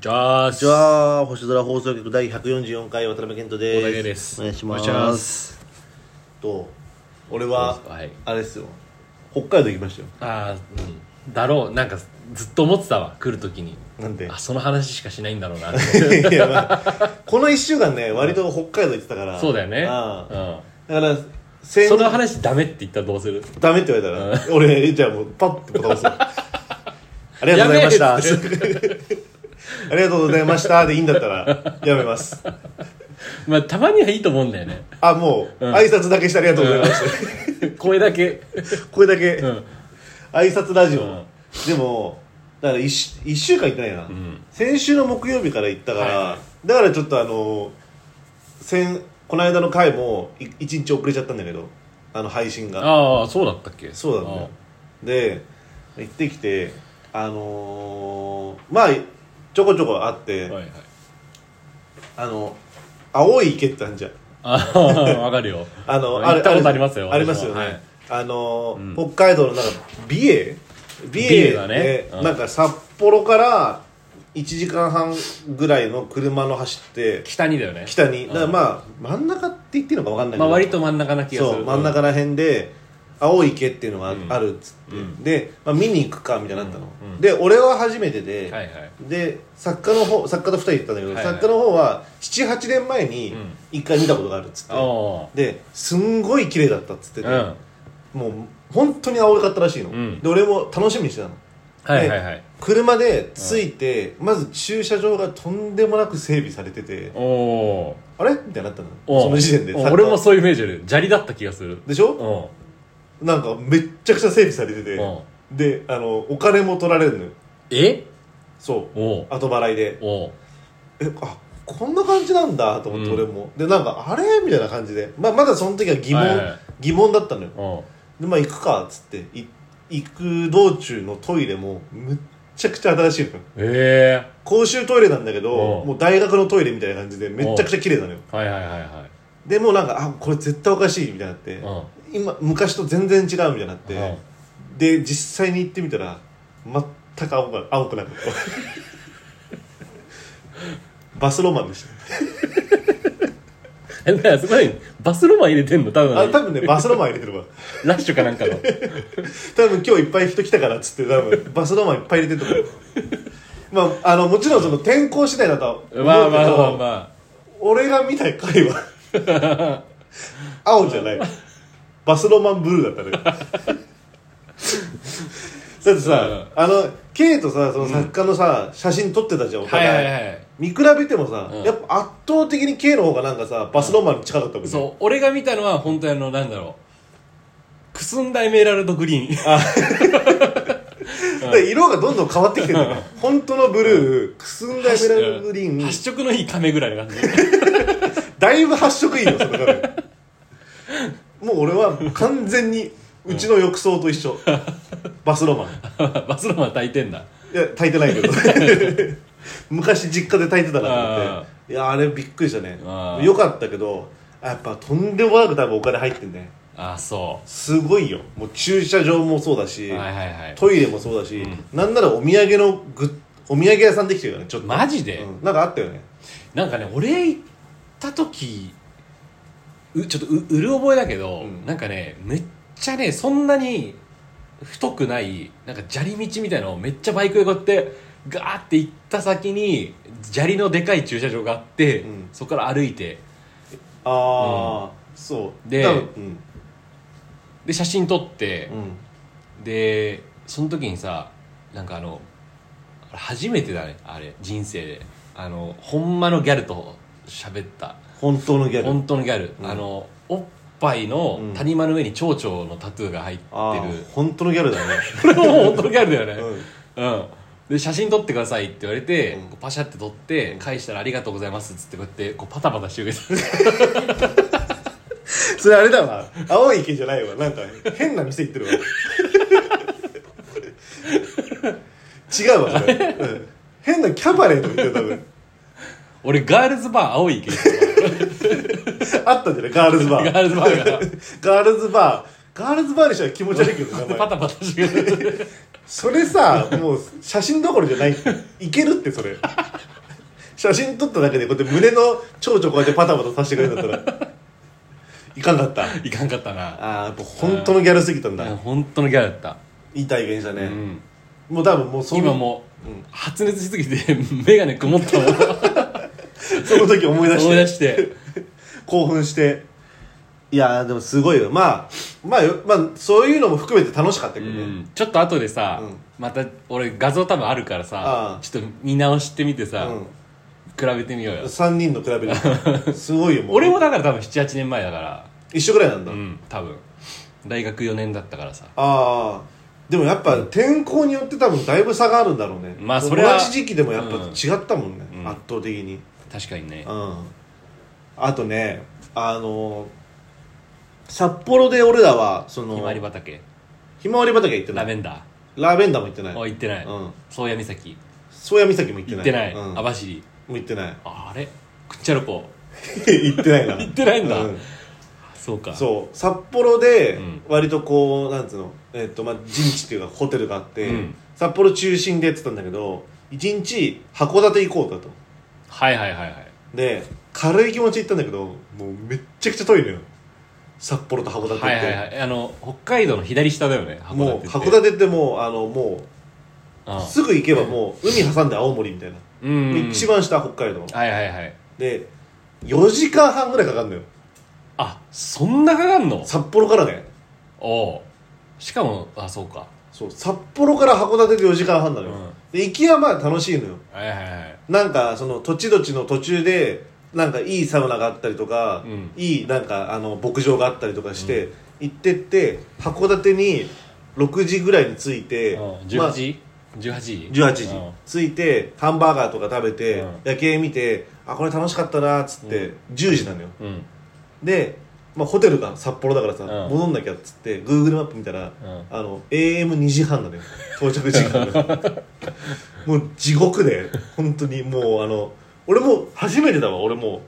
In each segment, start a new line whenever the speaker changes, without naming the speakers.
じゃあ、
じゃあ星空放送局第144回渡辺健人です
小田切です
お願いしま
お願いします
と俺
そうで
は
すかはい
あれですよ北海道行きましたよ
あーうん。だろう、なんかずっと思ってたわ、来るときに。
なんで
あ、その話しかしないんだろうなって。
いやまあこの1週間ね割と北海道行ってたから
そうだよね。
ああ
う
だから
ん。
先
その話ダメって言ったらどうする
ダメって言われたら俺じゃあもうパッてボタン 押すよありがとうございました
や
あ
べえっつって
りがとうございましたでいいんだったらやめます
まあ、たまにはいいと思うんだよね。
あもう、挨拶だけしてありがとうございます、
声だけ。
これだけ、
ん
挨拶ラジオ、
ん
でもだから 1, 一週間行ってないな、先週の木曜日から行ったから、
は
だからちょっとあの先この間の回もい一日遅れちゃったんだけどあの配信が
ああ、そうだったっけ
そうなんだよで行ってきてあのーまあちょこちょこあって、
あーはいはい。
あの青い池ってあるじゃん
ああ、わかるよ。
あの、
行ったことありますよ。
ありますよね。
はい
あの、
ん
北海道のなんか美瑛美
美瑛
瑛
だ
だ
ね
ね、
うん
なんか札幌から1時間半ぐらいの車の走って
北にだよね。
北に、
うん
だからまあ真ん中って言っていいのか分かんないけど、
まあ、割と真ん中な気がす
そ
る。
う真ん中ら辺で青い池っていうのがあ
うん
あるっつって、で、まあ、見に行くかみたいになったの、
うんうん
で俺は初めてで、
うんはいはい。
で作家の方作家と2人行ったんだけど、
はいはい
作家の方は78年前に
うん
1回見たことがあるっつって、
ああ。
ですんごい綺麗だったっつってて、
うん。
もう本当に青かったらしいの、
うん
で俺も楽しみにしてたの
はいはいはい。
車で着いて、まず駐車場がとんでもなく整備されてて、
おお
あれみたいになったの
ー。
その時点で
お
さ
俺もそういうイメージある。砂利だった気がする。
でしょ、
うん。
なんかめっちゃくちゃ整備されてて、
うん
であのお金も取られるのよ
え
そう
おう
後払いで
おう
えあこんな感じなんだと思って
うん
俺も、でなんかあれみたいな感じで、まあ、まだその時は疑問、
はいはい
疑問だったのよ
おう
でまあ行くかっつってい行く道中のトイレもむっちゃくちゃ新しいのよ
え
公衆トイレなんだけ
お
ど
う
もう大学のトイレみたいな感じでめっちゃくちゃ綺麗なのよ
えはいはいはいはい
でもうなんかあこれ絶対おかしいみたいになって
お
今昔と全然違うみたいになっ
うん
てで実際に行ってみたら全く青く青くな かったバスロマンでした
えだからそこにバスロマン入れてんの多分
あ多分ねバスロマン入れてるわ
ラッシュかなん かの
多分今日いっぱい人来たからっつって多分バスロマンいっぱい入れてると思うまああのもちろんその天候次第だとは思うけど、
まあまあまあまあ
俺が見たい回は青じゃないバスロマンブルーだったねだ ってさ、あの K とさその作家のさ、写真撮ってたじゃんお
は
互
い
い、
はいはい
見比べてもさ、
うん
やっぱ圧倒的に K の方がなんかさバスロマンに近かったもんね
そう俺が見たのは本当にあのなんだろうくすんだエメラルドグリーン
だから色がどんどん変わってきてるんだよ本当のブルー、くすんだエメラルドグリーン
発色のいい亀ぐらいの感じ
だいぶ発色いいよそれからもう俺は完全にうちの浴槽と一緒、バスロマン
バスロマン炊いてんだ
いや炊いてないけど 昔実家で炊いてたなと思
あ
っていやあれびっくりしたね
あー
よかったけどやっぱとんでもなく多分お金入ってんね
あそ
すごいよもう駐車場もそうだ
う
し、
はいはいはい
トイレもそうだし、なんならお土産のグッお土産屋さんできてるよねちょっと
マジで
うんなんかあったよね
なんかね俺行った時うちょっとううる覚えだけど、
うん
なんかねめっちゃねそんなに太くないなんか砂利道みたいのをめっちゃバイクでこうやってガーって行った先に砂利のでかい駐車場があって、
うん
そこから歩いて
ああ、そう
で
多分
で写真撮って
うん、う、ん、
でその時にさなんかあの初めてだねあれ人生であのほんまのギャルと喋った
本当のギャル
本当のギャル、
うん
あのおっぱいの
うん
谷間の上に蝶々のタトゥーが入って
あー
る、
本当のギャルだね、
これも本当のギャルだよね
うん
うん、で写真撮ってくださいって言われて、
うん
こうパシャって撮って返したら「ありがとうございます」っつってこうやってこうパタパタしてくれた
それあれだわ青い池じゃないわなんか変な店行ってるわ違うわそれ、うん変なキャバレーとか言ってる
俺ガールズバー青い池
多分あったんじゃないガールズバ
ガ
ー
ールズバ ーが
ガールズバーガールズバーにしたら気持ち悪いけど名
パ
前
タパタしてくれた
それさもう写真どころじゃないいけるってそれ写真撮っただけでこうやって胸の蝶々こうやってパタパタさせてくれるんだったらいかんかったあ
いかんかったな
あやっぱ本当のギャルすぎたんだ
本当のギャラだった、
いい体験したね、
うん、
もう多分もうそ
今
の
もう、
うん
発熱しすぎて 眼鏡曇ったのを
その時思い出して
思い出して
興奮していやーでもすごいよまあまあよまあそういうのも含めて楽しかったけ
う
どね、
んちょっと後でさ、
うん
また俺画像多分あるからさ
ああ
ちょっと見直してみてさ、
うん
比べてみようよ
3人の比べ るすごいよもう
俺もだから多分78年前だから
一緒ぐらいなんだ、
うん多分大学4年だったからさ
ああでもやっぱ天候によって多分だいぶ差があるんだろうね
まあそれは
同じ時期でもやっぱ
うん
違ったもんね、
うん
圧倒的に
確かにね
うんあとねあのー札幌で俺らはその
ひまわり畑
ひまわり畑行ってな
ラベ
い
ンダ
ラベンダーも行ってな
ーあ
い
行ってない
うん
宗谷岬
宗谷岬も行って
行
な
っ
い
てない
うん、
網
も
走
う行ってない
あれくっちゃろこ
行ってないな
行ってないんだ
うん
そうか
そう札幌で
うん
割とこうなんつうの、えっとまあ、陣地っていうかホテルがあって、
うん
札幌中心でやってたんだけど1日函館行こうだと
はいはいはいはい
で軽い気持ちで行ったんだけどもうめっちゃくちゃ遠いのよ札幌と函館って、
はいはいはいあの北海道の左下だよね函
も
館
う
って
函館ってもうあのもう
館
すぐ行けばもう海挟んで青森みたいな、
うん
一番下は北海道
はいはいはい
で4時間半ぐらいかかるのよ
あそんなかかんの
札幌からね
おうしかもあそうか
そう札幌から函館で4時間半なのよ、で行きはまあ楽しいのよ
はいはいはい
なんかその土地土地の途中でなんかいいサウナがあったりとか、
うん
いいなんかあの牧場があったりとかして、行ってって函館に6時ぐらいに着いて、
うん18
まあ
時18時
18時
うん
着いてハンバーガーとか食べて、
うん
夜景見てあこれ楽しかったなっつって、10時なのよ
うん
で、まあ、ホテルが札幌だからさ、
うん
戻んなきゃっつって Google マップ見た
う
ら、
ん
あの AM2 時半なのよ到着時 間がもう地獄で本当にもうあの俺も初めてだわ俺も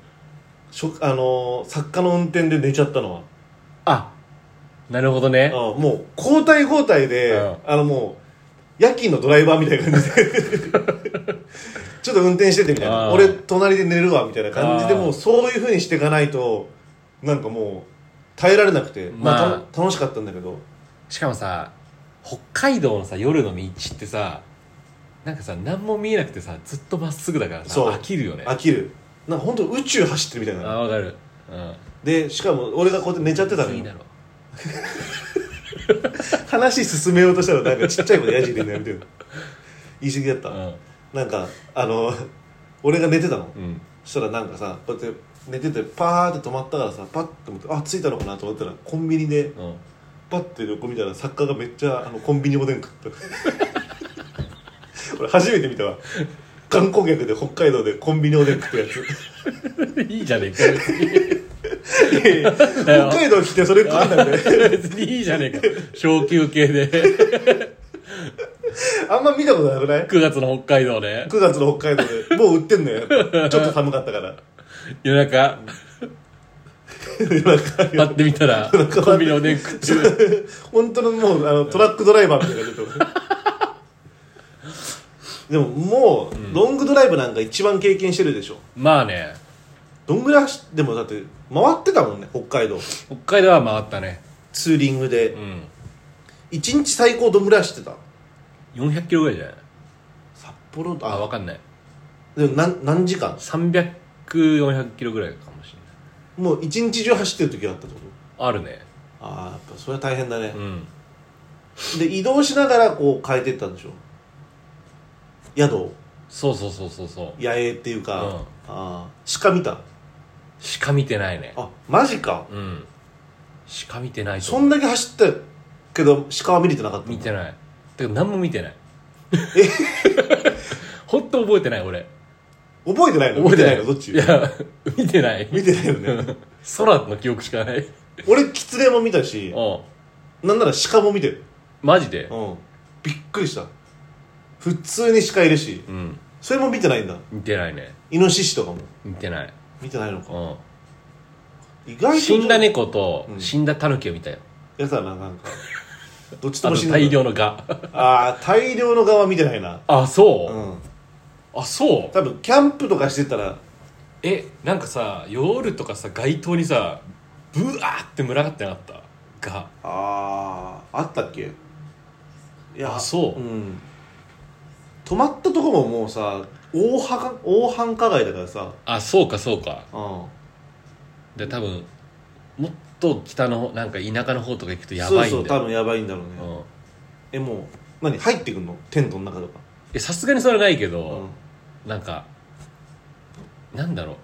しょあの作家の運転で寝ちゃったのは
あなるほどね
あもう交代交代で、
うん
あのもう夜勤のドライバーみたいな感じで ちょっと運転しててみたいな
あー
俺隣で寝るわみたいな感じで
あー
もうそういうふうにしていかないとなんかもう耐えられなくて、まあ
まあ
た楽しかったんだけど
しかもさ北海道のさ夜の道ってさなんかさ何も見えなくてさずっとまっすぐだからさ
そう
飽きるよね
飽きるなんか本当宇宙走ってるみたい
あ
な
わかるうん
でしかも俺がこうやって寝ちゃってたの
いいだ
よ
ろ
話進めようとしたらなんかちっちゃい子でやじで寝 る言い過ぎだった、
う
なんかあの俺が寝てた
ん
の
うん
そしたらなんかさこうやって寝ててパーって止まったからさパッて思ってあ着いたのかなと思ったらコンビニで
うん
パッて横見たら作家がめっちゃあのコンビニおでん食ってた 俺初めて見たわ観光客で北海道でコンビニおでん食ったやつ
いいじゃねえ
いやいや北海道来てそれ食うんだよね
か 別にいいじゃねえか小休憩で
あんま見たことなくない
9月の北海道で
9月の北海道でもう売ってんのよやっぱちょっと寒かったから
夜中
なんか
待ってみたらコンビニおでん食ってる
本当のもうあのトラックドライバーみたいな感じだと でももう、ロングドライブなんか一番経験してるでしょ
まあね
どんぐらい走でもだって回ってたもんね北海道
北海道は回ったね
ツーリングで、
うん
一1日最高どんぐらい走ってた
400キロぐらいじゃない
札幌と
あわ
あ
かんない
でも何何時間
300400キロぐらいかもしれない
もう一日中走ってる時があったってこと
あるね
ああやっぱそれは大変だね
う、ん
で移動しながらこう変えてったんでしょ宿を
そうそうそうそうそう
野営っていうか、
うん
ああ鹿見た
しか見てないね
あマジか、
うんしか見てないと
そ
思うん
だけ走ったけど鹿は見れてなかった
見て
い
ないてか何も見てない 本当覚えてない俺
覚えてないの
覚えてない
見のどっち
いや見てない
見てない よね
空の記憶しかない
俺キツネも見たし
うん
なんなら鹿も見てる
マジで
うんびっくりした普通に鹿いるし
うん
それも見てないんだ
見てないね
イノシシとかも
見てない
見てないのか
う
意外
ん
と
死んだ猫と
うん
死んだタヌキを見たよ
やつだななんかどっちと
あ
も
と
死んだ
大量のガ
ああ大量の側見てないな
あそうう、
ん
あそう
多分キャンプとかしてたら
えなんかさ夜とかさ街灯にさブワーって群がってなかったが
あああったっけい
あそう
うん泊まったとこももうさ大は大繁華街だからさ
あそうかそうか
うん
で多分もっと北のなんか田舎の方とか行くとやばいんだよ
そうそう多分やばいんだろうね、
うん
えもう何入ってくんのテントの中とか、
えさすがにそれはないけ
う
ど
ん、、
なんかなんだろ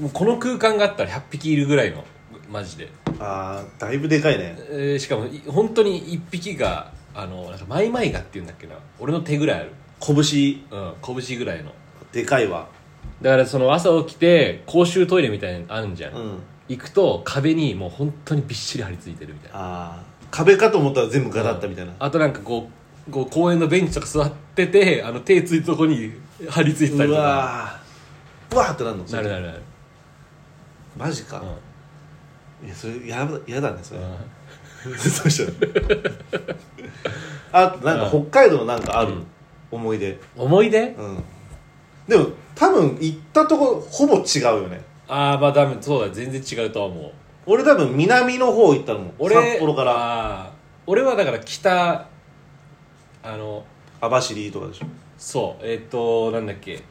うもうこの空間があったら100匹いるぐらいのマジで、
あーだいぶでかいね
えーしかもい本当に1匹があのなんかマイマイガっていうんだっけな俺の手ぐらいある
拳
うん拳ぐらいの
でかいわ
だからその朝起きて公衆トイレみたいなのあるんじゃん、
うん
行くと壁にもう本当にびっしり張り付いてるみたいな
あー壁かと思ったら全部ガタったみたいな、
あとなんかこうこう公園のベンチとか座っててあの手ついたとこに張り付いてたり
う
とか
わーうわーってなるのそ
な
れ
るなるなる、
マジか、いやそれやだやだねそれ、
うんうん
どうしたの あとなんか北海道のなんかある、
うん
思い出
思い出
うんでも多分行ったとこほぼ違うよね
ああまあダメそうだ全然違うとは思う
俺多分南の方行ったのも
俺
札幌から
ら俺はだから北あの
網走とかでしょ
そうえっ、となんだっけ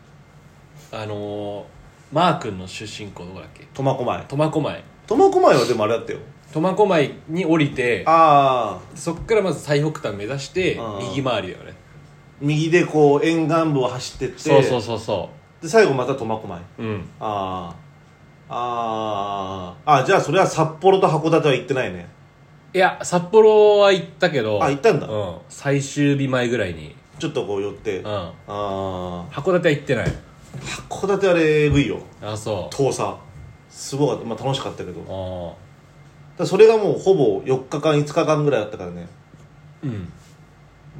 あのーマー君の出身校どこだっけ
苫小牧
苫小牧
苫小牧はでもあれだったよ
苫小牧に降りて
ああ
そっからまず最北端目指して
うん
右回りだよね
右でこう沿岸部を走ってって
そうそうそうそ
で最後また苫小牧
ううん
あああーあーじゃあそれは札幌と函館は行ってないね
いや札幌は行ったけど
あ行ったんだ
うん、最終日前ぐらいに、
ちょっとこう寄って、
うん、
あ
函
あ
館は行ってない
函館あれえぐいよ
あそう
遠さすごかった、まあ、楽しかったけどだか
あ
らそれがもうほぼ4日間5日間ぐらいだったからね
ーうん
も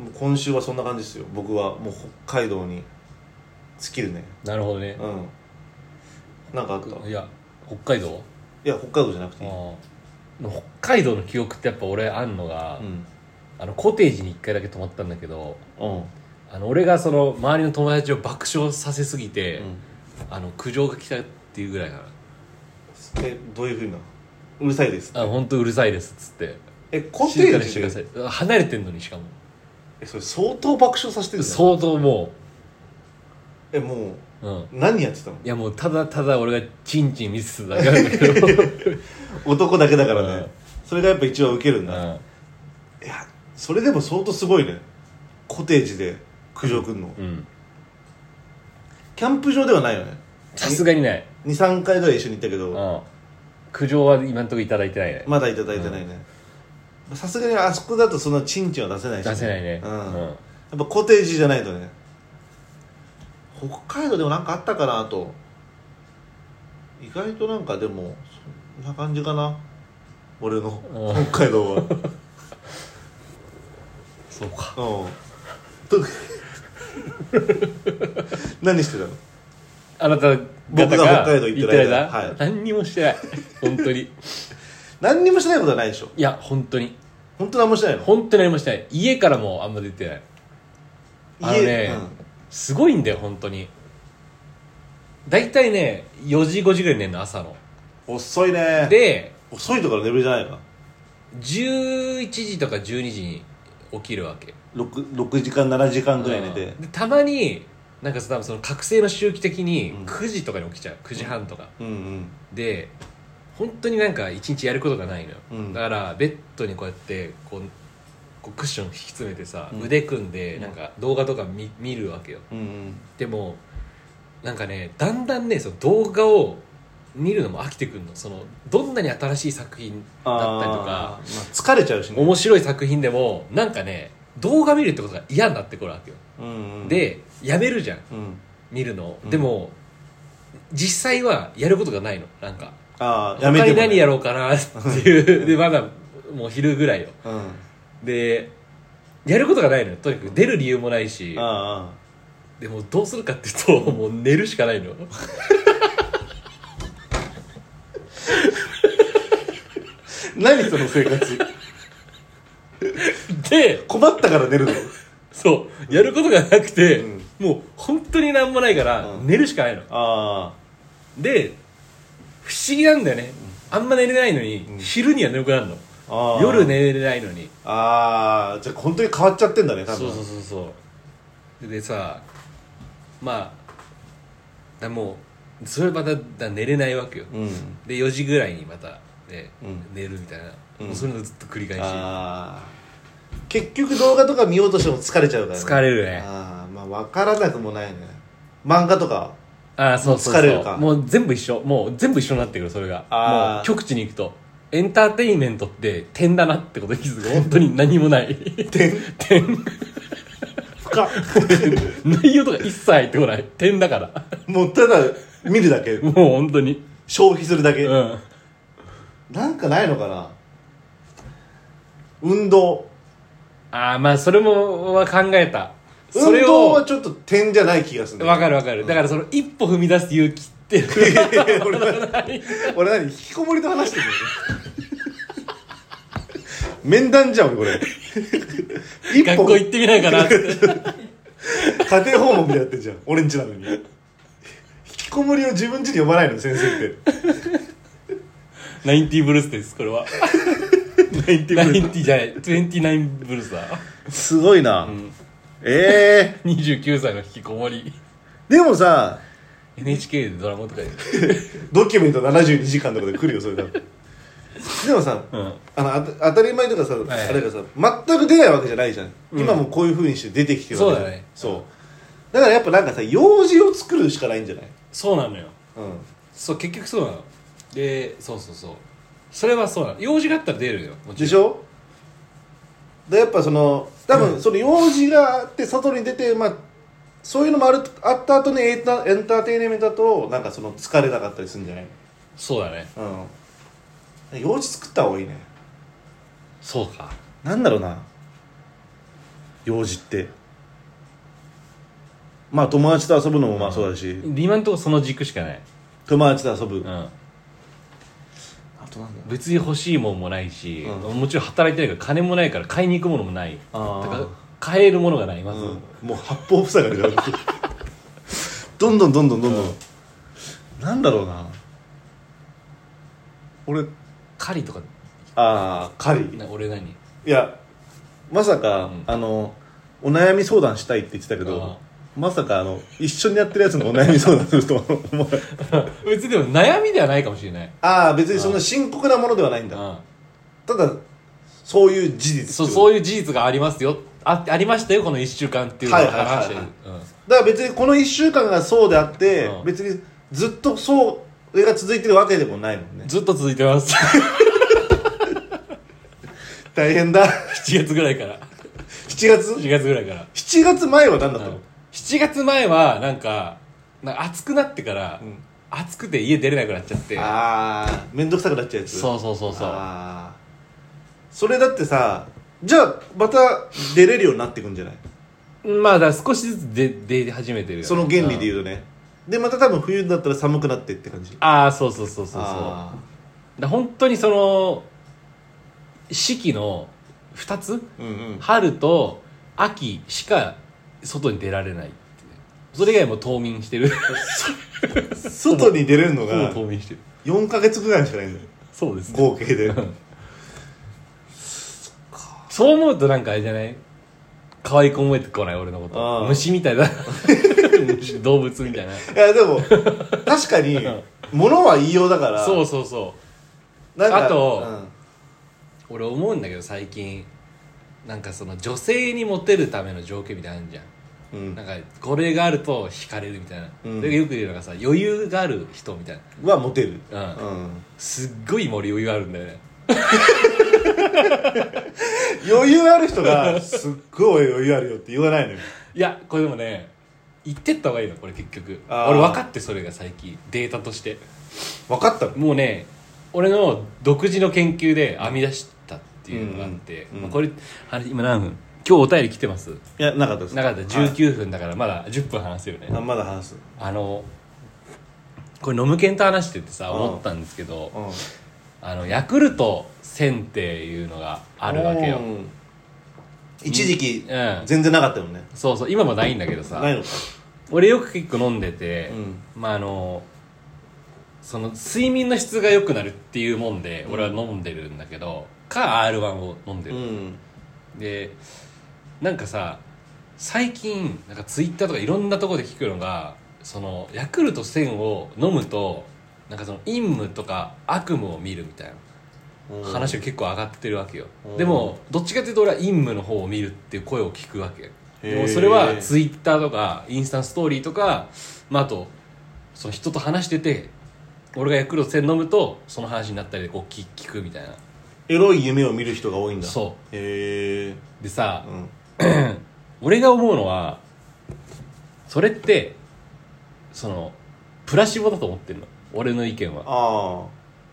う今週はそんな感じですよ僕はもう北海道に尽きるね
なるほどね
うんなんかあった
いや北海道
いや北海道じゃなくていい
うん北海道の記憶ってやっぱ俺あんのが、
うん
あのコテージに1回だけ泊まったんだけど
うん、
あの俺がその周りの友達を爆笑させすぎて、あの苦情が来たっていうぐらいか
えどういうふうなうるさいです
な「あ本当うるさいです」っつって
えコ
静
テ
か
ー
にして
ジ
ください離れてんのにしかも
えそれ相当爆笑させてるんだよ
相当も
えもう
ううん
何やってたの
いやもうただただ俺がチンチン見せてただけなんだけど、
男だけだからね、
うん
それがやっぱ一番ウケる
う
んだ、
ん
いやそれでも相当すごいねコテージで苦情くんの、
うん、
キャンプ場ではないよね
さすがにない、
23回ぐらい一緒に行ったけど、
うん、苦情は今のところいただいてないね、
まだいただいてないねさすがにあそこだとそんなチンチンは出せないしね、
出せないね、
うん
う
やっ
ん
ぱコテージじゃないとね北海道でもなんかあったかなと意外となんかでもそんな感じかな俺の
う
北海 道はうん
そうか
と何してたの
あなた方が
僕が北海道行ってる
行
間
ってる
はい
何にもしてない本当にい
何にもしないことはないでしょ
や本当に
本当何もしないの
本当に何もしてない家からもあんま出てないあのねすごいんだよ本当に大体ね4時5時ぐらいに寝るの朝の
うん、遅いね
で
遅いとからレベルじゃないか
11時とか12時に起きるわけ
6, 6時間7時間ぐらい寝て
うんでたまになんかさ多分その覚醒の周期的に
うん
9時とかに起きちゃう9時半とか
うんうん
で本当になんか一日やることがないのよ、
うん
だからベッドにこうやってこうこうクッション引き詰めてさ、
うん
腕組んで
うん
なんか動画とか見見るわけよ
うんうん
でもなんかねだんだんねその動画を見るのも飽きてくるのそのどんなに新しい作品だったりとか
あーまあ、疲れちゃうしね、
面白い作品でもなんかね動画見るってことが嫌になってくるわけよ、
うんうん、
でやめるじゃん
うん、
見るの、
うん
でも実際はやることがないのなんか
ああや
他
めて
に
もね
何やろうかなっていうでまだもう昼ぐらいよ
うんあ
でやることがないのよとにかく出る理由もないし
あああ
でもどうするかっていうともう寝るしかないの
何その生活
で
困ったから寝るの
そうやることがなくて、
うん
もう本当になんもないから
うん
寝るしかないの
あ
で不思議なんだよねあんま寝れないのに、
うん
昼には眠くなるの
ーあー
夜寝れないのに
ああじゃあ本当に変わっちゃってんだね多分
そうそうそうそうでさまあだもうそれまただ寝れないわけよ、
うん
で4時ぐらいにまた、ね
うん
寝るみたいな、
うん
もうそれのずっと繰り返し
あー結局動画とか見ようとしても疲れちゃうから、
疲れるね
あーまあ分からなくもないね漫画とか
ああそうそうそう
疲れるか
もう全部一緒もう全部一緒になってくるそれが
あー
もう極地に行くとエンターテインメントって点だなってことに気づ く本当に何もない
点
点
深っ
内容とか一切入ってこない点だから
もうただ見るだけ
もう本当に
消費するだけ、
うん
なんかないのかな運動
ああまあそれもは考えたそ
運
れ
動は
を
ちょっと点じゃない気がするんだよ
わかるわかるだからその一歩踏み出す勇気っていう
いや いやい や俺何俺何引きこもりと話してるの面談じゃん俺これ一
学
歩
校行ってみないかな って
家庭訪問でやってんじゃん俺んちなのに引きこもりを自分家に呼ばないの先生って
ナインティブルースですこれ は
ナイン
ナインティじゃないトゥエンティナインブルースだ
すごいな、ええ
29歳の引きこもり
でもさ
NHK でドラマとかやる
ドキュメント72時間とかで来るよそれ多分でもさ、
うん
あのあた当たり前とかさ、
い
あれがさ全く出ないわけじゃないじゃん、今もこういうふうにして出てきてるわけじゃ
そう
ん
だね
そうだからやっぱなんかさ用事を作るしかないんじゃない
そうなのよ
うん
そう結局そうなのでそうそうそうそれはそうなの用事があったら出るよもち
で
ろん
しょでやっぱその多分その用事があって外に出て、まあそういうのもあるあった後にエンタエンターテインメントだとなんかその疲れなかったりするんじゃない
そうだね
うん用事作った方がいいね
そうか
なんだろうな用事ってまあ友達と遊ぶのもまあそうだし、
今んとこその軸しかない
友達と遊ぶ、
う
あ
ん
となんだ
別に欲しいもんもないし、
う
もちろん働いてないから金もないから買いに行くものもない
あー
だから買えるものがないまず、
うん、もう八方塞がりだ どんどんどんどんどんどん、なんだろうな俺
狩りとか
ああ狩り
な俺何
いやまさか、
うん
あのお悩み相談したいって言ってたけどまさかあの一緒にやってるやつのお悩み相談するとは思わない
別にでも悩みではないかもしれない、
ああ別にそんな深刻なものではないん
う
だ
ん、
ただそういう事実
そうそう
いう
いう事実がありますよあありましたよこの1週間っていうの
は
を
いはいはいはい
話してる、うん
だから別にこの1週間がそうであって、
うん
別にずっとそうそれが続いてるわけでもないもんね
ずっと続いてます
大変 だ
7月ぐらいから
7月
7月ぐらいから
7月前は何だったの、
7月前はなんかなんか暑くなってから、
うん
暑くて家出れなくなっちゃって
ああ面倒くさくなっちゃうやつ
そううそうそうそう
あーそれだってさじゃあまた出れるようになってくんじゃない
まあだから少しずつ出出始めてるよね、
その原理で言
うん
うとね、でまた多分冬になったら寒くなってって感じ
ああそうそうそうそうそう
あ
だ本当にその四季の2つ
ーうんうん
春と秋しか外に出られないってねそれ以外も冬眠してる
外に出れる
ほ
の
ぼ
が
冬眠してる
4か月ぐらいしかないん だよ
そうですね
合計で
そう思うとなんかあれじゃない可愛く思えてこない俺のこ
あ
と
ー
虫みたい だ虫動物みたいない
やでも確かに物は言いようだから
そうそうそう
なんか
あと
うん
俺思うんだけど最近なんかその女性にモテるための条件みたいなのあるじゃん
うん
なんかこれがあると惹かれるみたいな、
うん
でよく言うのがさ余裕がある人みたい
はモテる
な、うん
うん
すっごい森余裕あるんだよね
余裕ある人がすっごい余裕あるよって言わないのよ
いやこれでもね言ってった方がいいのこれ結局
あー
俺分かってそれが最近データとして
分かったの
もうね俺の独自の研究で編み出したっていうのがあって、
うんうん
まあ、これあれ今何分今日お便り来てます
いやなかったです
なかった
はい
19分だからまだ10分話せるね、
あまだ話す
あのこれ飲む券と話しててさ
うん
思ったんですけど、
うん
あのヤクルト1000っていうのがあるわけよ
うん一時期
うん
全然なかったよね
そうそう今もないんだけどさ
ないのか
俺よく結構飲んでて、
うん
まああのその睡眠の質が良くなるっていうもんで
うん
俺は飲んでるんだけど、か R1 を飲んで
う
る、
ん
でなんかさ最近なんかツイッターとかいろんなところで聞くのがそのヤクルト1000を飲むとなんかその陰夢とか悪夢を見るみたいな話が結構上がってるわけよ、
うん
でもどっちかというと俺は陰夢の方を見るっていう声を聞くわけ
へー
でもそれはツイッターとかインスタントストーリーとか、まあ、あとその人と話してて俺がヤクルト1000飲むとその話になったりでこう聞聞くみたいな
エロい夢を見る人が多いんだ
そう
へえ
でさ、
うん
俺が思うのはそれってそのプラシボだと思ってるの俺の意見は
あ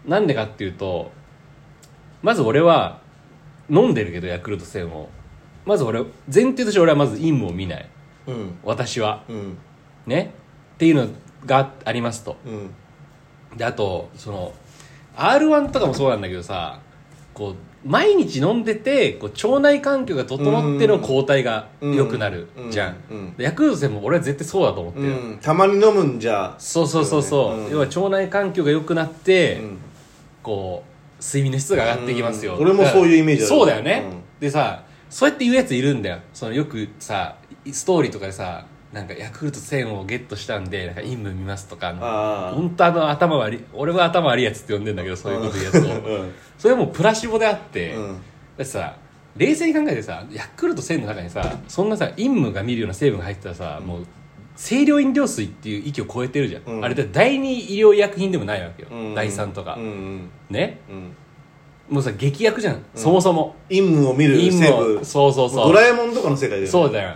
なんでかっていうとまず俺は飲んでるけどヤクルト1000をまず俺前提として俺はまず陰夢を見ない
あうん
私は
うん
ねっていうのがありますと
うん
であとその r 1とかもそうなんだけどさこう毎日飲んでてこう腸内環境が整っての抗体が良くなるじゃん、
うんうん
でヤクルト戦も俺は絶対そうだと思ってる、
うんたまに飲むんじゃ
そうそうそうそう、
うん
要は腸内環境が良くなって、
うん
こう睡眠の質が上がってきますよ、
うん俺もそういうイメージある
そうだよね、
うん
でさそうやって言うやついるんだよそのよくさストーリーとかでさなんかヤクルト1000をゲットしたんでなんか陰夢見ますとかあの
あ
本当あの頭悪い俺は頭悪いやつって呼んでんだけどそういうこと言うやつ
あ
をそれはもうプラシボであって、
う
だ
ん
ってさ冷静に考えてさヤクルト1000の中にさそんなさ陰夢が見るような成分が入ってたらさ、もう清涼飲料水っていう域を超えてるじゃん、
うん
あれって第二医療医薬品でもないわけよ、
うん
第三とか、
うんうん
ね
うん
もうさ劇薬じゃん、そもそも
陰夢を見る
陰
セ
夢
ブ
をそうそうそ
ド
う
ラえもんとかの世界だよね
そうだよ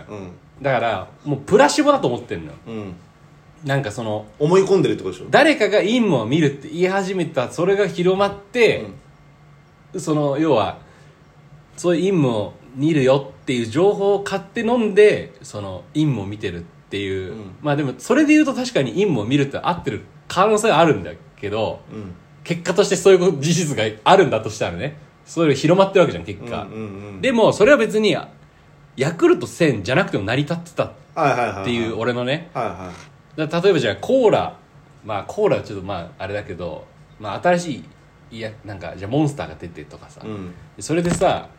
だからもうプラシボだと思ってんのよ
うんうん
なんかその
思い込んでるってことでしょ
誰かが陰夢を見るって言い始めたそれが広まって、その要はそういう陰夢を見るよっていう情報を買って飲んでその陰夢を見てるっていう、
うん
まあでもそれで言うと確かに陰夢を見るって合ってる可能性はあるんだけど
うん
結果としてそういう事実があるんだとしたらねそういうの広まってるわけじゃん結
うん
果、
うんうん
でもそれは別にヤクルト1000じゃなくても成り立ってたっ
はいはいはいは
ていう俺のね、
はいは
だから例えばじゃあコーラまあコーラはちょっとまああれだけど、まあ、新しいいやなんかじゃあモンスターが出てとかさ、
いうん
それでさ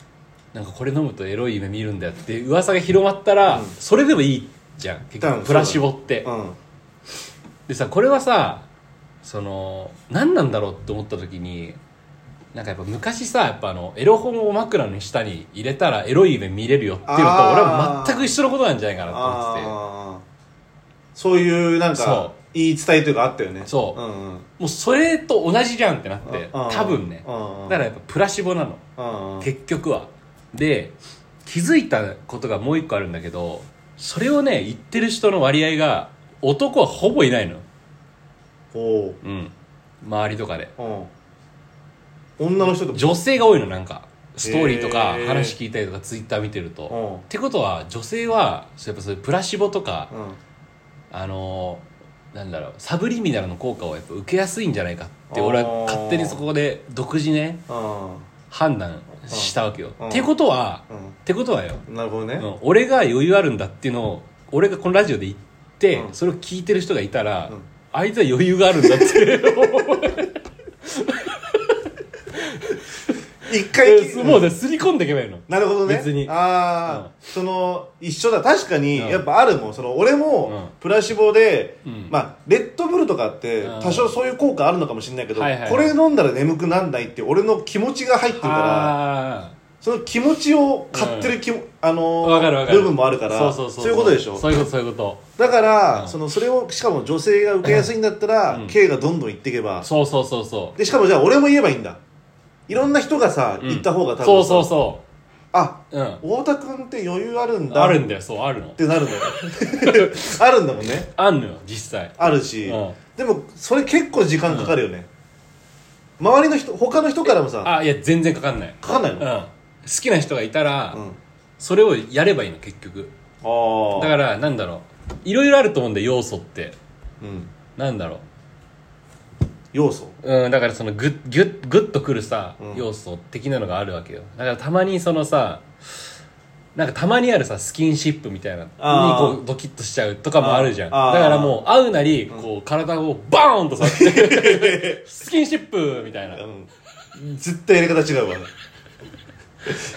なんかこれ飲むとエロい夢見るんだよって噂が広まったら、
うん
それでもいいじゃん結
多
局
分
プラシボって、
うん
でさこれはさその何なんだろうって思った時になんかやっぱ昔さやっぱあのエロ本を枕の下に入れたらエロい夢見れるよっていうのと俺は
あー
全く一緒のことなんじゃないかなと思ってて
ああそういうなん
そ
か言い伝えというかあったよね
そうん
うん
もうそれと同じじゃんってなって
ああ
多分ね
ああ
だからやっぱプラシボなの
うんうん
結局はで気づいたことがもう一個あるんだけどそれをね言ってる人の割合が男はほぼいないの
おう
うん周りとかで
うん女の人と
女性が多いのなんかストーリーとか
へー
話聞いたりとかツイッター見てると、
うん
ってことは女性はそうやっぱそういうプラシボとか、
うん
あのーなんだろうサブリミナルの効果をやっぱ受けやすいんじゃないかって俺は勝手にそこで独自ね
あ
判断したわけよ、
うん
ってことは、
あうん
ってことはよ、
なるほどね、
うん俺が余裕あるんだっていうのを俺がこのラジオで言って、
うん
それを聞いてる人がいたら、
うん
あいつは余裕がある んだって
一回
もう
だ
ねすり込んでいけばいいの
なるほどね
別に
ああ、
うん
その一緒だ確かに
うん
やっぱあるもんその俺も
うん
プラシボで、
うん
まあレッドブルとかって
うん
多少そういう効果あるのかもしれないけど、
はいはいはい
これ飲んだら眠くなんないって俺の気持ちが入ってるから
あ
その気持ちを買ってる気も、あ
あ
の
わかるわかる
部分もあるから
そうそうそう
いうことでしょ
そういうことそういうこと
だから、
うん
そのそれをしかも女性が受けやすいんだったら、
うん
刑がどんどんいっていけば
そうそうそうそう
でしかもじゃあ俺も言えばいいんだいろんな人がさ、
うん
行った方が多分
そうそう
う
そ
あ
ううん
太田君って余裕あるんだ
あるんだよそうあるの
ってなるのよ あるんだもんね
あんのよ実際
あるし、
うん
でもそれ結構時間かかるよね、周りの人他の人からもさ
あいや全然かかんない
かかんない
うん
の、
好きな人がいたら、
うん
それをやればいいの結局
ああ
だからなんだろういろいろあると思うんだよ要素って
うん、
なんだろう
要素
うん、だからそのグッギュッグッとくるさ、
うん
要素的なのがあるわけよだからたまにそのさなんかたまにあるさスキンシップみたいなのに
あー
こうドキッとしちゃうとかもあるじゃんだ
あー
からもう会うなりこう体をバーンとさせ てスキンシップみたいな
うん絶対やり方違うわ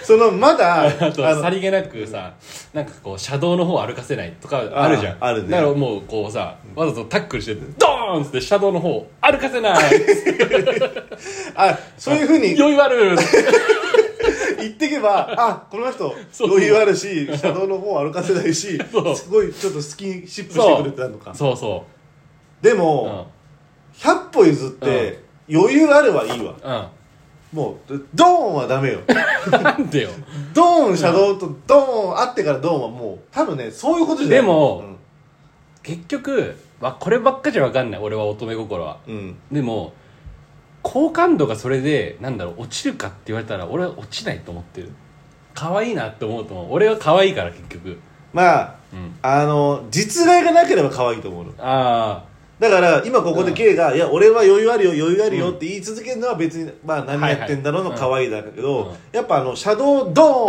そのまだ
あと
あの
さりげなくさなんかこう車道の方歩かせないとかあるじゃん
ああるね
だからもうこうさわざとタックルしてドーンっつって車道の方歩かせない
あそういうふうに
余裕ある
言ってけばあこの人
そう
余裕あるし車道の方歩かせないし
そう
すごいちょっとスキンシップし
そ
てくれ
う
てたのか
そうそ
で
うう
も、
ん
100歩譲って、余裕あるはいいわ
うん
もうドーンは ダメよ
なんでよ
ドーン車道とドーンあってからドーンはもう多分ねそういうことじゃない
でも
うん
結局わこればっかじゃわかんない俺は乙女心は
うん、
でも好感度がそれでなんだろう落ちるかって言われたら俺は落ちないと思ってる可愛いなって思うと思う俺は可愛いから結局
まあ
うん
あの実害がなければ可愛いと思うの
あ
だから今ここで K が、いや俺は余裕あるよ余裕あるよ」って言い続けるのは別にまあ何やってんだろうの
はいはい
可愛いだけど、
うん
やっぱあのシャドウドーン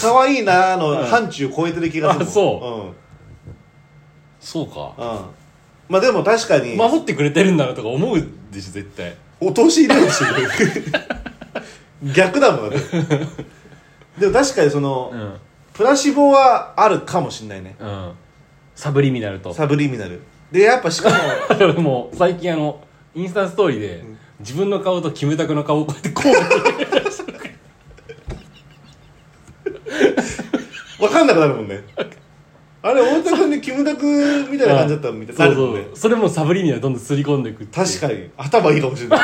可愛いなーの範疇超えてる気がする、
あそう
うん
あそうか
うんまあでも確かに、
守ってくれてるんだなとか思うでしょ絶対
落とし入れるし逆だ もんだってでも確かにその、
うん、
プラシボはあるかもしんないね
うん、サブリミナルと
サブリミナルでやっぱしかも
俺 もう最近あのインスタストーリーで自分の顔とキムタクの顔をこうやってこ う
分かんなくなるも んねあれ太田君にキムタクみたいな感じだったみたいにな
そうそ
るもんね
うそれもサブリミナルどんどん刷り込んでいくっていう
確かに頭いいかもし れない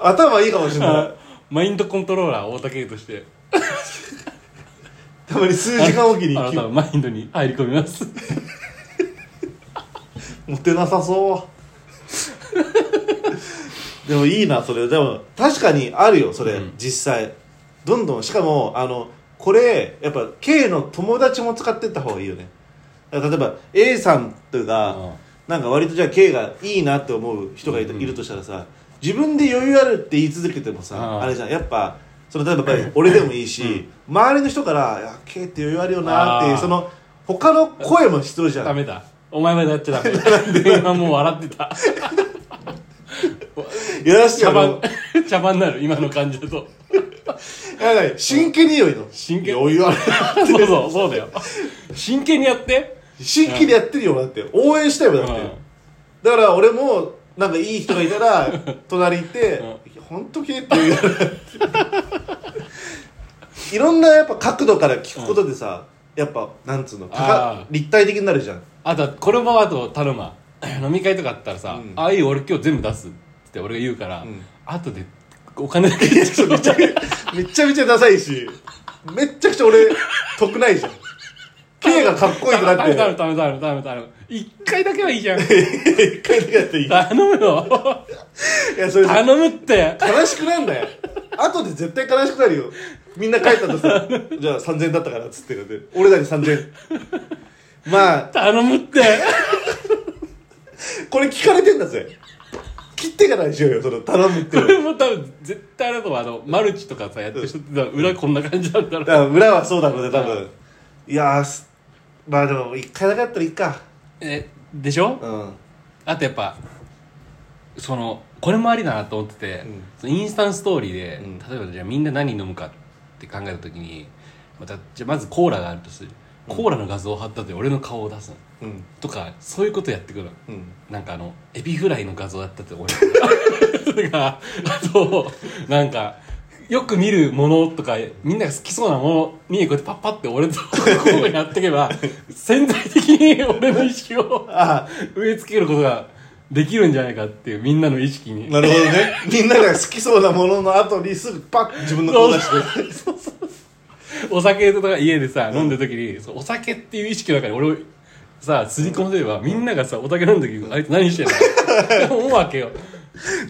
頭いいかもしれない
マインドコントローラー大竹として
たまに数時間おきに
あな
キ
たのマインドに入り込みます
モテなさそう でもいいなそれでも確かにあるよそれ、
うん
実際どんどんしかもあのこれやっぱ K の友達も使ってった方がいいよねだから例えば A さんとか、
うん
なんか割とじゃあ K がいいなって思う人がい,、いるとしたらさ自分で余裕あるって言い続けてもさ、
うん
あれじゃんやっぱその例えばやっぱり俺でもいいし、周りの人からいや「K って余裕あるよな」ってい
あ
う
ー
その他の声も必要じゃん
ダメだお前までやっちゃダ メだ今もう笑ってた
やらして
茶
よも
番
う
茶番になる今の感じだ と
やばい真剣に良いの
真剣
余裕ある
そうそうそうだよ真剣にやって
真剣にやってるよだって応援したいもんだって、
うん
だから俺もなんかいい人がい たら隣行って「本当け?」って言う いろんなやっぱ角度から聞くことでさ、やっぱなんつうの高
あー
立体的になるじゃん
あとはこれもあと頼むわ 飲み会とかあったらさ
うん
「ああいい俺今日全部出す」って俺が言うから
ん
後でお金だけ出
ちょっとめち ゃめめちゃめちゃダサいしめっちゃくちゃ俺得ないじゃん K がかっこいいとなっ
頼 む頼む
て
頼む頼む頼む頼む一回だけはいいじゃん
一回だけやっていいい
頼む よ
やそれ
頼むって
悲しくなんだよ後で絶対悲しくなるよみんな帰ったとさじゃあ3000円だったからっつってるで俺らに3000円まあ
頼むって
これ聞かれてんだぜ切ってからにしようよその頼むってい
こ
うの
れ も多分絶対あれだと思うあのマルチとかさやってる人ってさ裏こんな感じなんだろ
だから裏はそうだろうね多分いやーすまあでも1回だけだったらいいか
えでしょ
うん
あとやっぱそのこれもありだなと思ってて、
うん
そのインスタンストーリーで、
うん
例えばじゃあみんな何飲むかって考えた時にまたじゃあまずコーラがあるとするコーラの画像を貼ったで俺の顔を出すの
うん
とかそういうことやってくるの
うん
なんかあのエビフライの画像だったって俺 とかあとなんかよく見るものとかみんなが好きそうなものにこうやってパッパって俺とこうやっていけ ば潜在的に俺の意識を
あ
植え付けることができるんじゃないかっていうみんなの意識に
あなるほどねみんなが好きそうなものの後にすぐパッと自分の顔出して
お酒とか家でさ飲んでる時に、そうお酒っていう意識の中に俺をさすり込んでれば、みんながさお酒飲んでる時あいつ何して んの思うわけよ、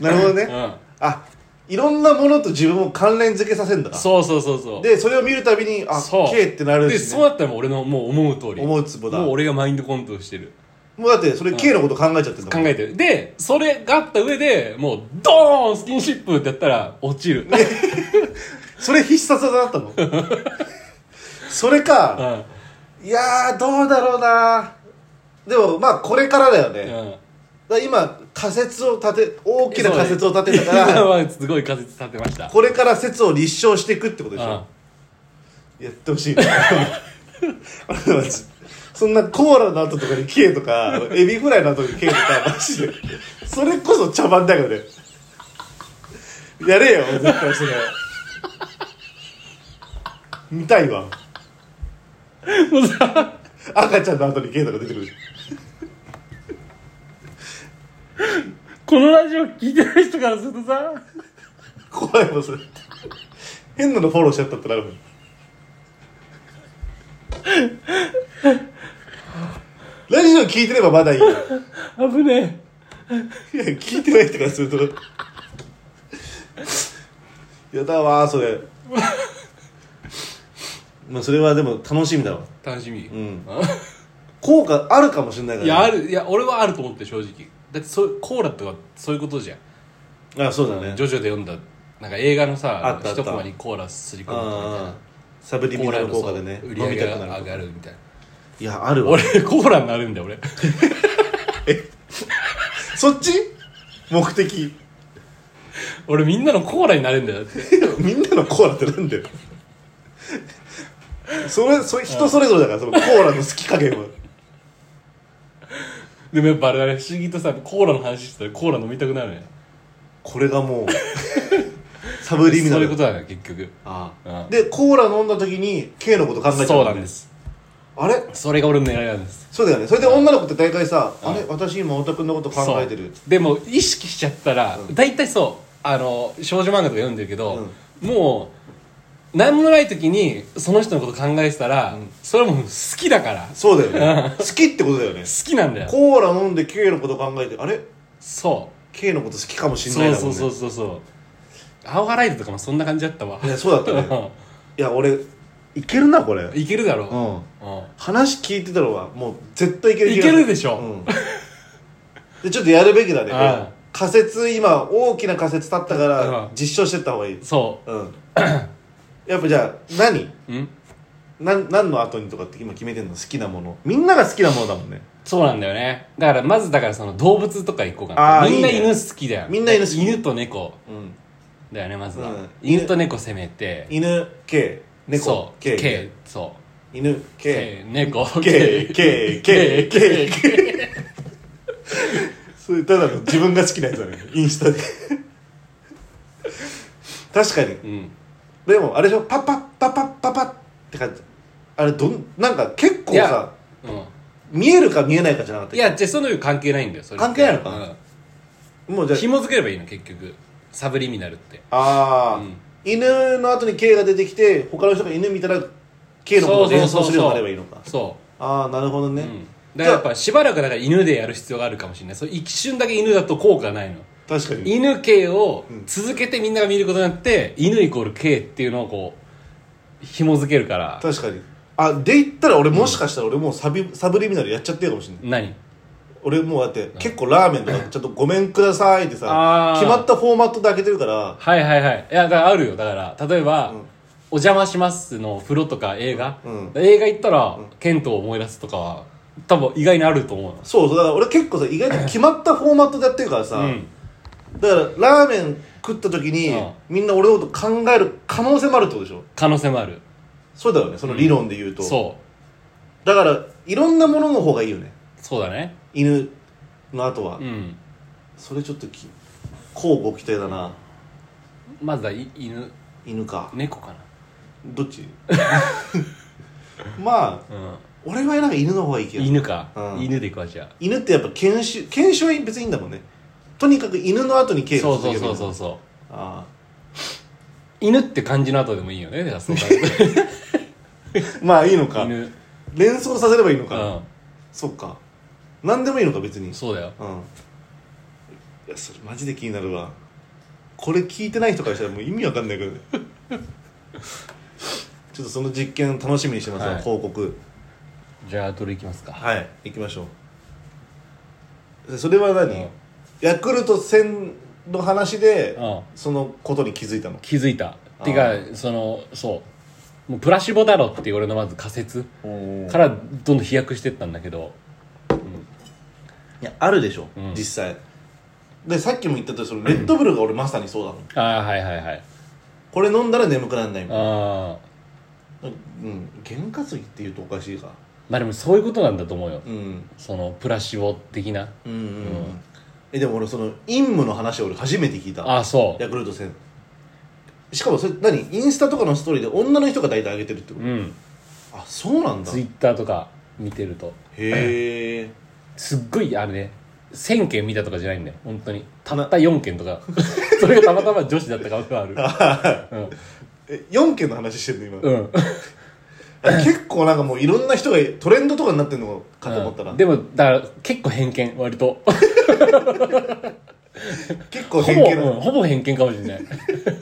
なるほどね、
うん、
あいろんなものと自分を関連付けさせるんだ
そうそうそうそう
でそれを見るたびにあ
そう
けってなる
で
し、
そう
ね、
だったらもう俺のもう思う通り
思うツボだ
もう俺がマインドコントロールしてる
もうだってそれ K のこと考えちゃってるんだ
考
もん
えてるでそれがあった上でもうドーンスキンシップってやったら落ちる、
それ必殺技だったのそれ
う
か、
ん
いやーどうだろうなでもまあこれからだよね、
うん
だから今仮説を立て大きな仮説を立てたか
今
ら
はすごい仮説立てました
これから説を立証していくってことでし
あ
ょやってほしい なそんなコーラの後とかに K とかエビフライの後に K とかマジでそれこそ茶番だよねやれよ絶対それ見たいわ
もうさ
赤ちゃんの後に K とか出てくる
このラジオ聞いてない人からするとさ
怖いもんそれ変なのフォローしちゃったってなるもんラジオ聞いてればまだいいよい
危ね
や聞いてない人からするとやだわーそれまあそれはでも楽しみだわ
え楽しみ、
ん効果あるかもしれないから、
いやあるいや俺はあると思って正直だってそうコーラとかそういうことじゃん
あそうだね
ジョジョで読んだなんか映画の
あ
さ
ったあった
一コマにコーラすり込むとかみたい
あ
な
ーサブリ
コ
ミ
ー
ナ
ラ
ル
のそ
効
う
果でね
売り上げ
飲みた
が
くなる
上がるみたいない
やあるわ
俺コーラになるんだよ俺
そっち目的
俺みんなのコーラになれんだよだって
みんなのコーラってなんだよそれそれ人それぞれだからそのコーラの好き加減は
でもやっぱあれだね不思議とさコーラの話してたらコーラ飲みたくなるね
これが もうサブリミナ
そうい
ル
うことだね結局
ああ
うん
でコーラ飲んだ時に K のこと考えちゃう
そ
も
う
ね
なんです
あれ
それが俺の狙いなんです
そうだよねそれで女の子って大体さあれ私今オタクのこと考えてる
そうでも意識しちゃったら大体、そうあの少女漫画とか読んでるけど、もう何もない時にその人のこと考えてたら、それはもう好きだから好
そうだ よね好きってことだよね
きなんだよ
コーラ飲んで K のこと考えてあれ
そ
K のこと好きかも
う
しんな
そ
いうだもん
そう
ね
そうそうそう青ハライドとかもそんな感じだったわ
いやそうだった ねいや俺いけるなこれ
いけるだろ
う
う、
ん
うん
話聞いてたのはもう絶対いける気が
いけるでしょ
うん、でちょっとやるべきだね
ああ
仮説今大きな仮説立ったか
ああ
ら実証してった方がいい
そ
うん やっぱじゃあ何
ううん
なん何の後にとかって今決めてんの好きなものみんなが好きなものだもんね
そうなんだよねだからまずだからその動物とか行こうか
あ
な
ー
みんない
い
犬
ね
好きだよ
みんな犬好き
犬と猫
うん
だよねまずは、
うん
犬と猫攻めて
犬 K 猫
そう
K
そう
犬
け
K
猫
K K K K K それただの自分が好きなやつだねインスタで 確かに
うん
でもあれでしょパッパッパッパッパッパッって感じあれどんなんか結構
い
さ
やうん
見えるか見えないかじゃなかった
いやじゃあそのよ関係ないんだよそれ
関係ないのかなもうじ
う
ゃ
ん、紐付ければいいの結局サブリミナルって
ああー、
うん
犬の後に K が出てきて他の人が犬見たら K のことを連想するようになればいいのか
そ
ああなるほどね、
う、うん、だからやっぱしばらくだから犬でやる必要があるかもしれないそう一瞬だけ犬だと効果がないの
確かに
犬系を続けてみんなが見ることになって、犬イコール系っていうのをこう紐付けるから
確かにあで言ったら俺もしかしたら俺もうサビ、サブリミナルやっちゃってるかもしれない
何
俺もうだって結構ラーメンとかちょっと「ごめんください」ってさ
あー
決まったフォーマットで開けてるから
はいはいはいいやだからあるよだから例えば、
うん
お邪魔します」の風呂とか映画、
うん
映画行ったら、ケントを思い出すとかは多分意外にあると思うの
そうそうだから俺結構さ意外と決まったフォーマットでやってるからさ、
うん
だからラーメン食った時に、
うん
みんな俺のこと考える可能性もあるってことでしょ
可能性もある
そうだよねその理論で言うと、
そう
だからいろんなものの方がいいよね
そうだね
犬の後は、
うん
それちょっとき乞うご期待だな
まずはい犬
犬か
猫か
どっち まあ
な、うん、
俺はなんか犬の方がいいけど
犬か、
うん
犬でいくわじゃあ
犬ってやっぱ犬種犬種は別にいいんだもんねとにかく犬の後に刑
そ
を
うそう
けば
そ
いいうの
そうそう
あ
犬って感じの後でもいいよねだから そうだね
あまあいいのか
犬
連想させればいいの
う
か、
ん
そっか何でもいいのか別にうん
そうだよ
いやそれマジで気になるわこれ聞いてない人からしたらもう意味わかんないけど ちょっとその実験楽しみにしてますわ、
はい
報告
じゃあどれいきますか
はい行きましょうそれは何、
うん
ヤクルト1000の話で、
うん
そのことに気づいたの
気づいた
あー
ていうかそのそうもうプラシボだろっていう俺のまず仮説からどんどん飛躍してったんだけど
いやあるでしょ、
うん
実際でさっきも言ったとりそのレッドブルが俺まさにそうだもん
ああはいはいはい
これ飲んだら眠くなんないもん
ああ
うん験担ぎって言うとおかしいか
まあでもそういうことなんだと思うよ
うんうん
そのプラシボ的な
うん、うん
うん
えでも俺その陰夢の話を俺初めて聞いた
ああそう
ヤクルト戦しかもそれ何インスタとかのストーリーで女の人が大体上げてるってこと、
うん
あそうなんだ
ツイ
へ
ッターとか見てると
え
すっごいあれね1000件見たとかじゃないんだよ本当にたった4件と かそれがたまたま女子だった可能性はある
え4件の話してるの今、
うん、うん、
あ結構なんかもういろんな人がトレンドとかになってるのかと思ったら、
うんでもだから結構偏見割とほ
結構
ぼ
偏見な
うんほぼ偏見かもしれない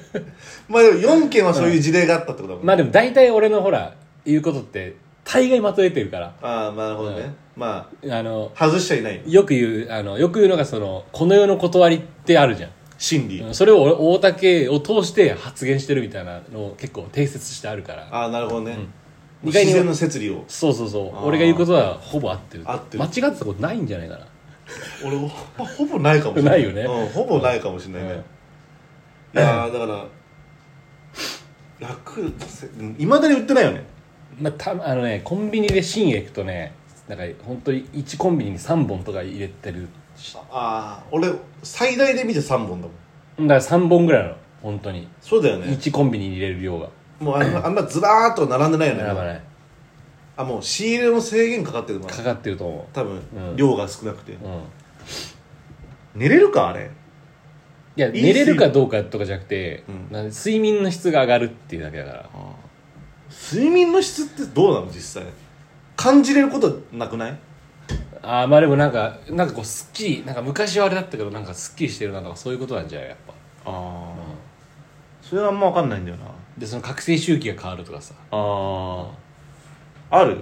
まあでも4件はそういう事例があったってことだもんね、
まあでも大体俺のほら言うことって大概まとえてるから
ああまあなるほどね、ま
あの
あ外しちゃいない
よく言うあのよく言うのがそのこの世の断りってあるじゃん
心理、
うんそれを俺大竹を通して発言してるみたいなのを結構定説してあるから
ああなるほどね、
うん
自然の摂理を
そうそうそ
あー
う俺が言うことはほぼ合ってる
合ってる
間違ってたことないんじゃないか
俺ほほぼないかもしれない
ないよね
うん、ほぼないかもしれな
ない
ね、い
うん
やーだから楽いまだに売ってないよね
まあ、たあのねコンビニで新駅とねなんか本当に1コンビニに3本とか入れてるしだか
ああ俺最大で見て3本だもん
ら3本ぐらいなの本当に
そうだよね
1コンビニに入れる量が
もうあんなあんなずらーっと並んでないよね
並ばない
あもう仕入れの制限かかってるのか
か
な
かってると思
多分、
うん
量が少なくて、
う、うん、い
寝れるかあれ
や
睡
寝れるかどうかとかじゃなくて、
うん
なんで睡眠の質が上がるっていうだけだから
睡眠の質ってどうなの実際感じれることなくない
ああまあでもなんかなんかこうすっきりなんか昔はあれだったけどなんかすっきりしてるなとかそういうことなんじゃないやっぱ、う
ああ
ん
それはあんま分かんないんだよな
でその覚醒周期が変わるとかさ
ああある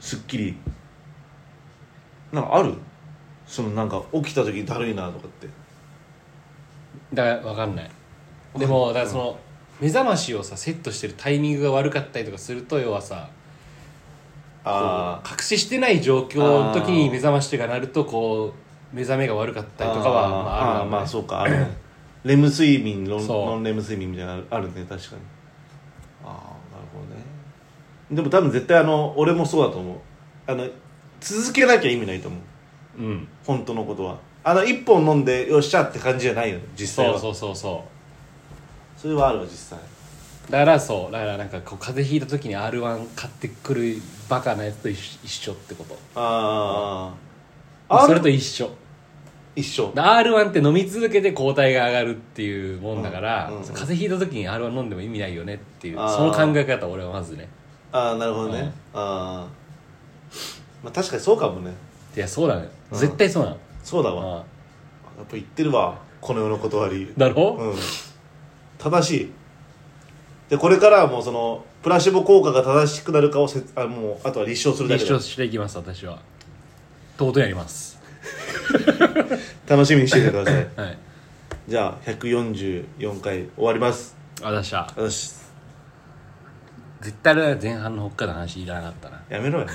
すっきりなんかあるそのなんか起きた時だるいなとかって
だから分かんないでもだからその目覚ましをさセットしてるタイミングが悪かったりとかすると要はさこ
あ
う覚醒してない状況の時に目覚ましが鳴るとこう目覚めが悪かっ
あ
たりとかは
あ
ま
あ
ああ
あ
る
ま
だろう
あ
ね
そうかあ るねレム睡眠ロン
そう
ノンレム睡眠みたいなのあるね確かにああなるほどねでも多分絶対あの俺もそうだと思うあの続けなきゃ意味ないと思う
うん
本当のことはあの一本飲んでよっしゃって感じじゃないよね実際
そ
は
う
そ
そうそうそう
れはあるわ実際
だからそうだからなんかこう風邪ひいた時に r 1買ってくるバカなやつと一緒一緒ってこと
あああ
それ
る
と一緒
一緒
r 1って飲み続けて抗体が上がるっていうもんだから、
うんうんうん
風邪ひいた時に r 1飲んでも意味ないよねっていう
あー
その考え方俺はまずね
ああなるほどね、
うん
ああまあ確かにそうかもね
いやそうだね
うん
絶対そうなの、
そうだわ、やっ
あ
ぱ言ってるわこの世の断り
だろ、
うん正しいでこれからはもうそのプラシボ効果が正しくなるかをせあもうあとは立証するだけ
立
だ
証していきます私はとことんやります
楽しみにしていてください
はい
じゃあ144回終わります
あだした
よし
絶対あれだよ前半の北海道の話いらなかったな
やめろよお前